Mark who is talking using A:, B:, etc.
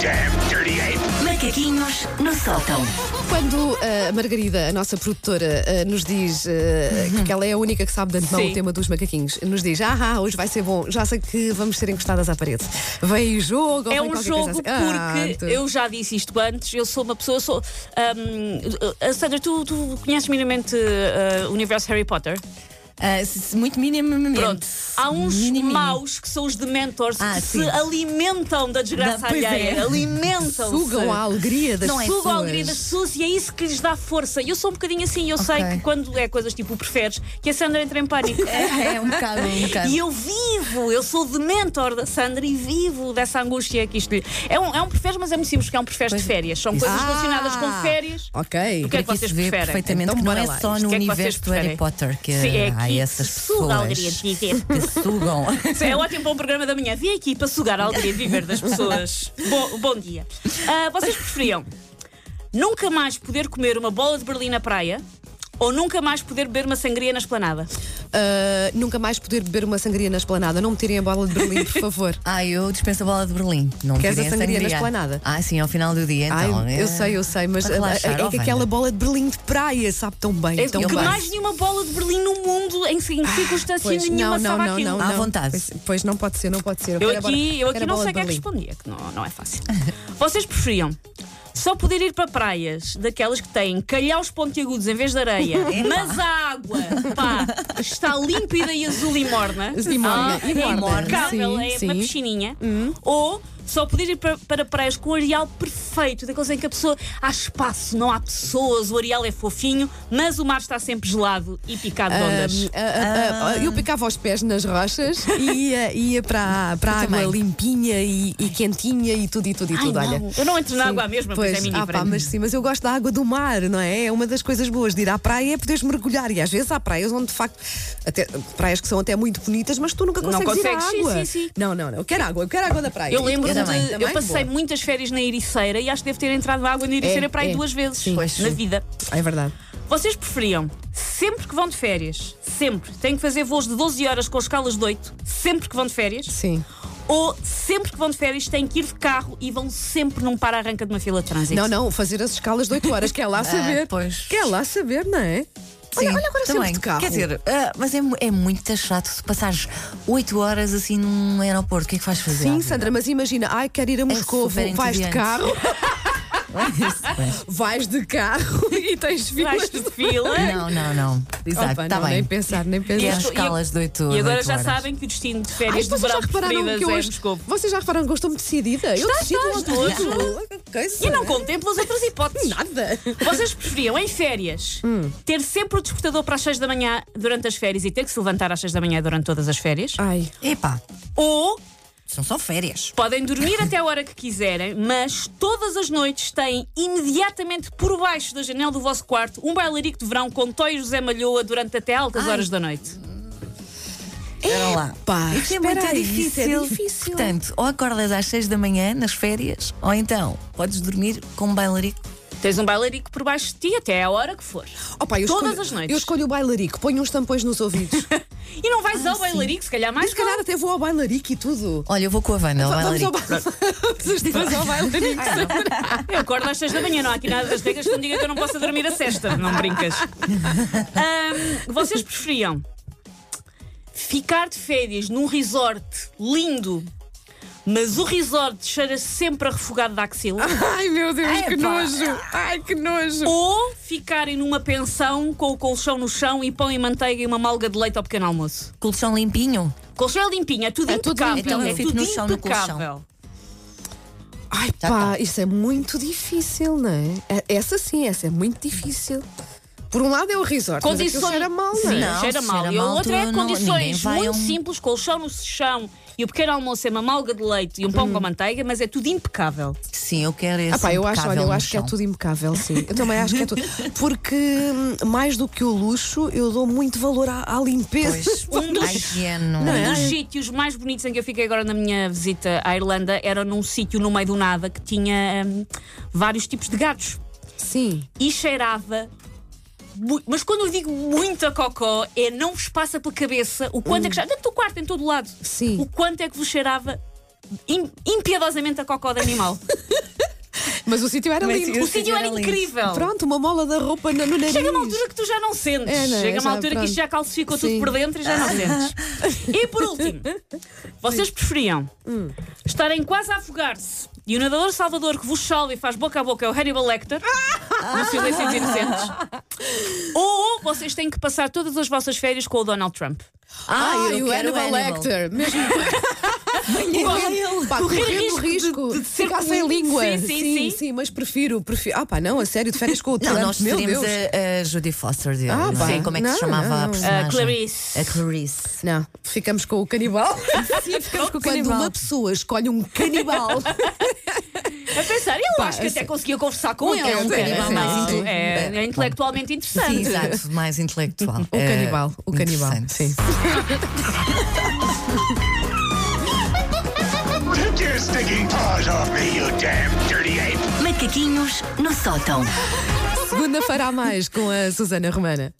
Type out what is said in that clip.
A: damn dirty ape!
B: Macaquinhos no sótão.
C: Quando uh, a Margarida, a nossa produtora, uh, nos diz uh, que ela é a única que sabe de antemão
D: Uhum. Sim.
C: o tema dos macaquinhos, nos diz: ah, ah, hoje vai ser bom, já sei que vamos ser encostadas à parede. Vem jogo, ou vem
D: É um
C: qualquer
D: jogo
C: coisa
D: porque
C: assim. Ah, tu-
D: eu já disse isto antes. Eu sou uma pessoa. eu Sou, ahm, a Sandra, tu, tu conheces minimamente ah, o universo Harry Potter?
E: Ah, se- se muito minimamente.
D: Pronto. Há um uns
E: Mini, mini.
D: maus que são os dementors
E: Ah,
D: que
E: sim.
D: se alimentam da desgraça
E: Da- pois
D: alheia.
E: é.
D: Alimentam.
C: Sugam a alegria das
E: Não é
D: Sugam a
C: pessoas.
D: alegria das pessoas e é isso que lhes dá força. Eu sou um bocadinho assim, eu sei
E: Ok.
D: que quando é coisas tipo preferes, que a Sandra entra em pânico.
E: É, é um bocado, um bocado.
D: E eu vivo, eu sou de mentor da Sandra e vivo dessa angústia que isto lhe. É um, é um prefés, mas é muito simples, porque é um prefés de férias. São coisas
C: Ah!
D: relacionadas com férias.
C: Ok.
D: O que é que
E: Aqui
D: vocês
E: se vê
D: preferem?
E: perfeitamente
C: Então
E: que não
C: bora
E: é
C: lá,
E: só
D: isto.
E: no
D: O que é que vocês
E: universo do Harry
D: preferem?
E: Potter que
D: Sim, é
E: há
D: aqui
E: essas
D: que se suga a alegria
E: pessoas
D: de viver.
E: que sugam.
D: Sim, É ótimo para um programa da manhã. Vim aqui para sugar a alegria de viver das pessoas. Bom, bom dia. Ah, vocês preferiam nunca mais poder comer uma bola de berlim na praia ou nunca mais poder beber uma sangria na esplanada?
C: Ah, nunca mais poder beber uma sangria na esplanada. Não me tirem a bola de Berlim, por favor.
E: Ah, eu dispenso a bola de Berlim. Não
C: Queres
E: tirem
C: a sangria na esplanada?
E: Ah, sim, ao final do dia, então.
C: Ai,
E: é-
C: eu sei, eu sei, mas
E: para relaxar,
C: ah, é,
E: ó,
C: que
E: Wanda.
C: aquela bola de Berlim de praia sabe tão bem.
D: É
C: tão
D: que
C: bem.
D: mais nenhuma bola de berlim no mundo, em, em circunstância
C: Ah, Pois, não,
D: nenhuma,
C: não,
D: sabe
C: não,
D: aquilo.
C: não,
E: À
C: não.
E: vontade.
C: Pois, pois não pode ser, não pode ser.
D: Eu
C: quero a bola-
D: aqui, eu aqui
C: quero a
D: não
C: bola
D: sei
C: de
D: o que é que
C: Berlim.
D: respondia, que não, não é fácil. Vocês preferiam só poder ir para praias daquelas que têm calhaus pontiagudos em vez de areia, mas a água pá, está límpida e azul e morna, Ah,
C: E morna, e morna.
D: impecável,
C: Sim,
D: é
C: sim. Hum.
D: uma piscininha, ou só poder ir para, para praias com o areal perfeito, daqueles em que a pessoa há espaço, não há pessoas, o areal é fofinho, mas o mar está sempre gelado e picado de ondas.
C: Ah, ah, ah, ah, eu picava os pés nas rochas e ia, ia para, a- para a
E: Eu
C: água
E: também.
C: limpinha e, e quentinha e tudo e tudo e
D: Ai,
C: tudo.
D: não,
C: Olha.
D: eu não entro na
C: Sim,
D: água mesmo, pois,
C: pois,
D: é mini
C: ah, pá, mas sim, mas eu gosto da água do mar, não é? É uma das coisas boas de ir à praia é poderes mergulhar. E às vezes há praias onde de facto, até, praias que são até muito bonitas, mas tu nunca
D: Não
C: consegues,
D: consegues,
C: ir à
D: sim,
C: água.
D: sim, sim.
C: Não, não, não. Eu quero água, eu quero água da praia.
D: Eu lembro
C: Eu
D: de.
C: também,
D: eu
C: também,
D: passei
C: boa.
D: muitas férias na Ericeira e acho que devo ter entrado na água na Ericeira
C: É,
D: para
C: é.
D: aí duas vezes
C: Sim.
E: Pois.
D: na vida.
C: É verdade.
D: Vocês preferiam, sempre que vão de férias, sempre, têm que fazer voos de 12 horas com escalas de 8, sempre que vão de férias,
C: Sim.
D: ou sempre que vão de férias têm que ir de carro e vão sempre num para-arranca de uma fila de trânsito?
C: Não, não, fazer as escalas de 8 horas, quer
D: Ah,
C: lá saber.
E: pois.
C: Quer lá saber, não é? Então
E: Sim,
C: olha, olha agora sempre
E: também.
C: de carro.
E: Quer dizer, ah, mas é, mu- é muito chato se passares 8 horas assim num aeroporto. O que é que vais fazer?
C: Sim, Sandra, mas imagina, ai, quero ir a Moscou,
E: super
C: vais de
E: entediante.
C: carro,
E: Mas,
C: vais de carro e tens filas.
D: Vais de fila.
E: não, não, não. Exato,
C: Opa,
E: está
C: não,
E: bem.
C: Nem pensar, nem
E: E
C: pensar.
E: as
D: Estou- e ag-
E: escalas de 8
D: E agora já sabem que o destino de
C: Ai,
D: férias de
C: vocês já
D: verão
C: repararam
D: preferidas
C: que eu
D: é
C: hoje.
D: Moscou.
C: Vocês já repararam que eu estou-me decidida? eu
D: Estás,
C: decido
D: estás,
C: logo
D: tu
C: tudo. Ok,
D: E
C: Sandra.
D: não contemplo as outras hipóteses.
C: Nada.
D: Vocês preferiam, em férias,
C: Hum.
D: ter sempre o despertador para as 6 da manhã durante as férias e ter que se levantar às 6 da manhã durante todas as férias?
C: Ai.
E: Epá,
D: Ou
E: são só férias.
D: podem dormir até a hora que quiserem, mas todas as noites têm imediatamente por baixo da janela do vosso quarto um bailarico de verão com Toy José Malhoa durante até altas
E: Ai.
D: horas da noite?
E: Espera lá.
C: Pá,
E: Isso é
C: espera
E: muito
C: aí, isso
E: difícil.
C: é difícil.
E: Portanto, ou acordas às 6 da manhã nas férias, ou então podes dormir com um bailarico.
D: Tens um bailarico por baixo de ti até a hora que for.
C: Opa, eu
D: todas
C: escolho-
D: as noites.
C: Eu escolho o bailarico, ponho uns tampões nos ouvidos.
D: E não vais ao bailarico, se calhar
C: Mas
D: mais
C: se calhar até vou ao bailarico e tudo.
E: Olha, eu vou com a Wanda, ao
C: Vamos
E: bailarico.
C: ao bailarico. Vamos os dois ao bailarico.
D: Eu acordo às 6 da manhã, não há aqui nada das regras que não diga que eu não posso dormir a sexta. Não brincas. Ahm, vocês preferiam ficar de férias num resort lindo, mas o resort cheira sempre a refogado da axila?
C: Ai meu Deus,
E: Ai,
C: que
E: pá.
C: nojo! Ai que nojo!
D: Ou ficarem numa pensão com o colchão no chão e pão e manteiga e uma malga de leite ao pequeno almoço?
E: Colchão limpinho.
D: Colchão é limpinho, é tudo
C: É tudo
D: impecável.
C: limpinho.
D: é
E: Eu fico
D: tudo
E: no chão do colchão.
D: impecável.
C: Ai
E: Já tá.
C: pá, isso é muito difícil, não é? É- Essa sim, essa é muito difícil. Por um lado é o resort, mas aquilo
D: Condições.
C: cheira mal, não é?
D: Sim,
E: Não,
D: cheira
E: se
D: mal.
E: cheira
D: e a
E: mal,
D: outra é
E: tu não- ninguém
D: condições
E: vai a
D: muito
E: um-
D: simples: colchão no chão e o pequeno almoço é uma malga de leite e um
E: Hum.
D: pão com manteiga, mas é tudo impecável.
E: Sim, eu quero esse
C: Ah pá, eu acho, olha,
E: impecável
C: eu
E: no
C: acho que é
E: chão.
C: tudo impecável, sim. Eu também acho que é tudo. Porque hum, mais do que o luxo, eu dou muito valor à, à limpeza.
E: Pois,
D: Um dos-
E: a higiene. não
D: Um
E: é?
D: dos sítios mais bonitos em que eu fiquei agora na minha visita à Irlanda era num sítio no meio do nada que tinha hum, vários tipos de gatos
C: Sim.
D: e cheirava. mu- Mas quando eu digo muita cocó, é
E: Hum.
D: não vos passa pela cabeça o quanto é que cheirava. Dentro do quarto, em todo lado.
C: Sim.
D: O quanto é que vos cheirava im- impiedosamente a cocó de animal.
C: Mas o sítio era
E: Mas
C: lindo.
D: o
E: Esse
D: sítio era
E: era lindo.
D: incrível.
C: Pronto, uma mola da roupa no, no nariz.
D: Chega uma altura que tu já não sentes.
C: É, não é?
D: Chega
C: Já,
D: uma altura que
C: pronto.
D: isto já calcificou
C: Sim. Ah.
D: tudo por dentro e já não sentes. E por último, vocês preferiam
C: Hum.
D: estarem quase a afogar-se e o nadador salvador que vos salva e faz boca a boca é o Hannibal Lecter, no Silêncio dos Inocentes, ou vocês têm que passar todas as vossas férias com o Donald Trump.
C: Ah, e o
E: quero
C: Hannibal, Lecter. Mesmo.
E: ele.
C: Pá,
D: Correr
C: corremos o risco de, ficar sem língua.
D: Sim, sim, sim.
C: mas prefiro, prefiro. Ah, pá, não, a sério, de férias com o
E: Não,
C: Trump,
E: nós
C: meu
E: teríamos
C: Deus.
E: a, a Judy Foster dele,
C: Ah,
E: não é?
C: pá.
E: Como é que
C: Não,
E: se chamava
C: não.
E: a
C: A
E: personagem?
D: Clarice.
E: A Clarice.
C: Não, ficamos com o canibal.
E: Sim, ficamos
C: Quando uma pessoa escolhe um canibal.
D: A pensar, eu
C: Pá,
D: acho que
C: eu
D: até
C: sei.
D: conseguia conversar com ele.
E: é um
D: cara.
E: canibal
D: Sim,
E: mais
D: sim.
E: inte-
D: é, é intelectualmente
E: Sim,
D: interessante.
E: exato, mais intelectual. Eh,
C: O canibal, o canibal, sim.
A: Take your stinking paws off me, you damn dirty ape!
B: Macaquinhos no sótão.
C: Segunda-feira a mais com a Susana Romana.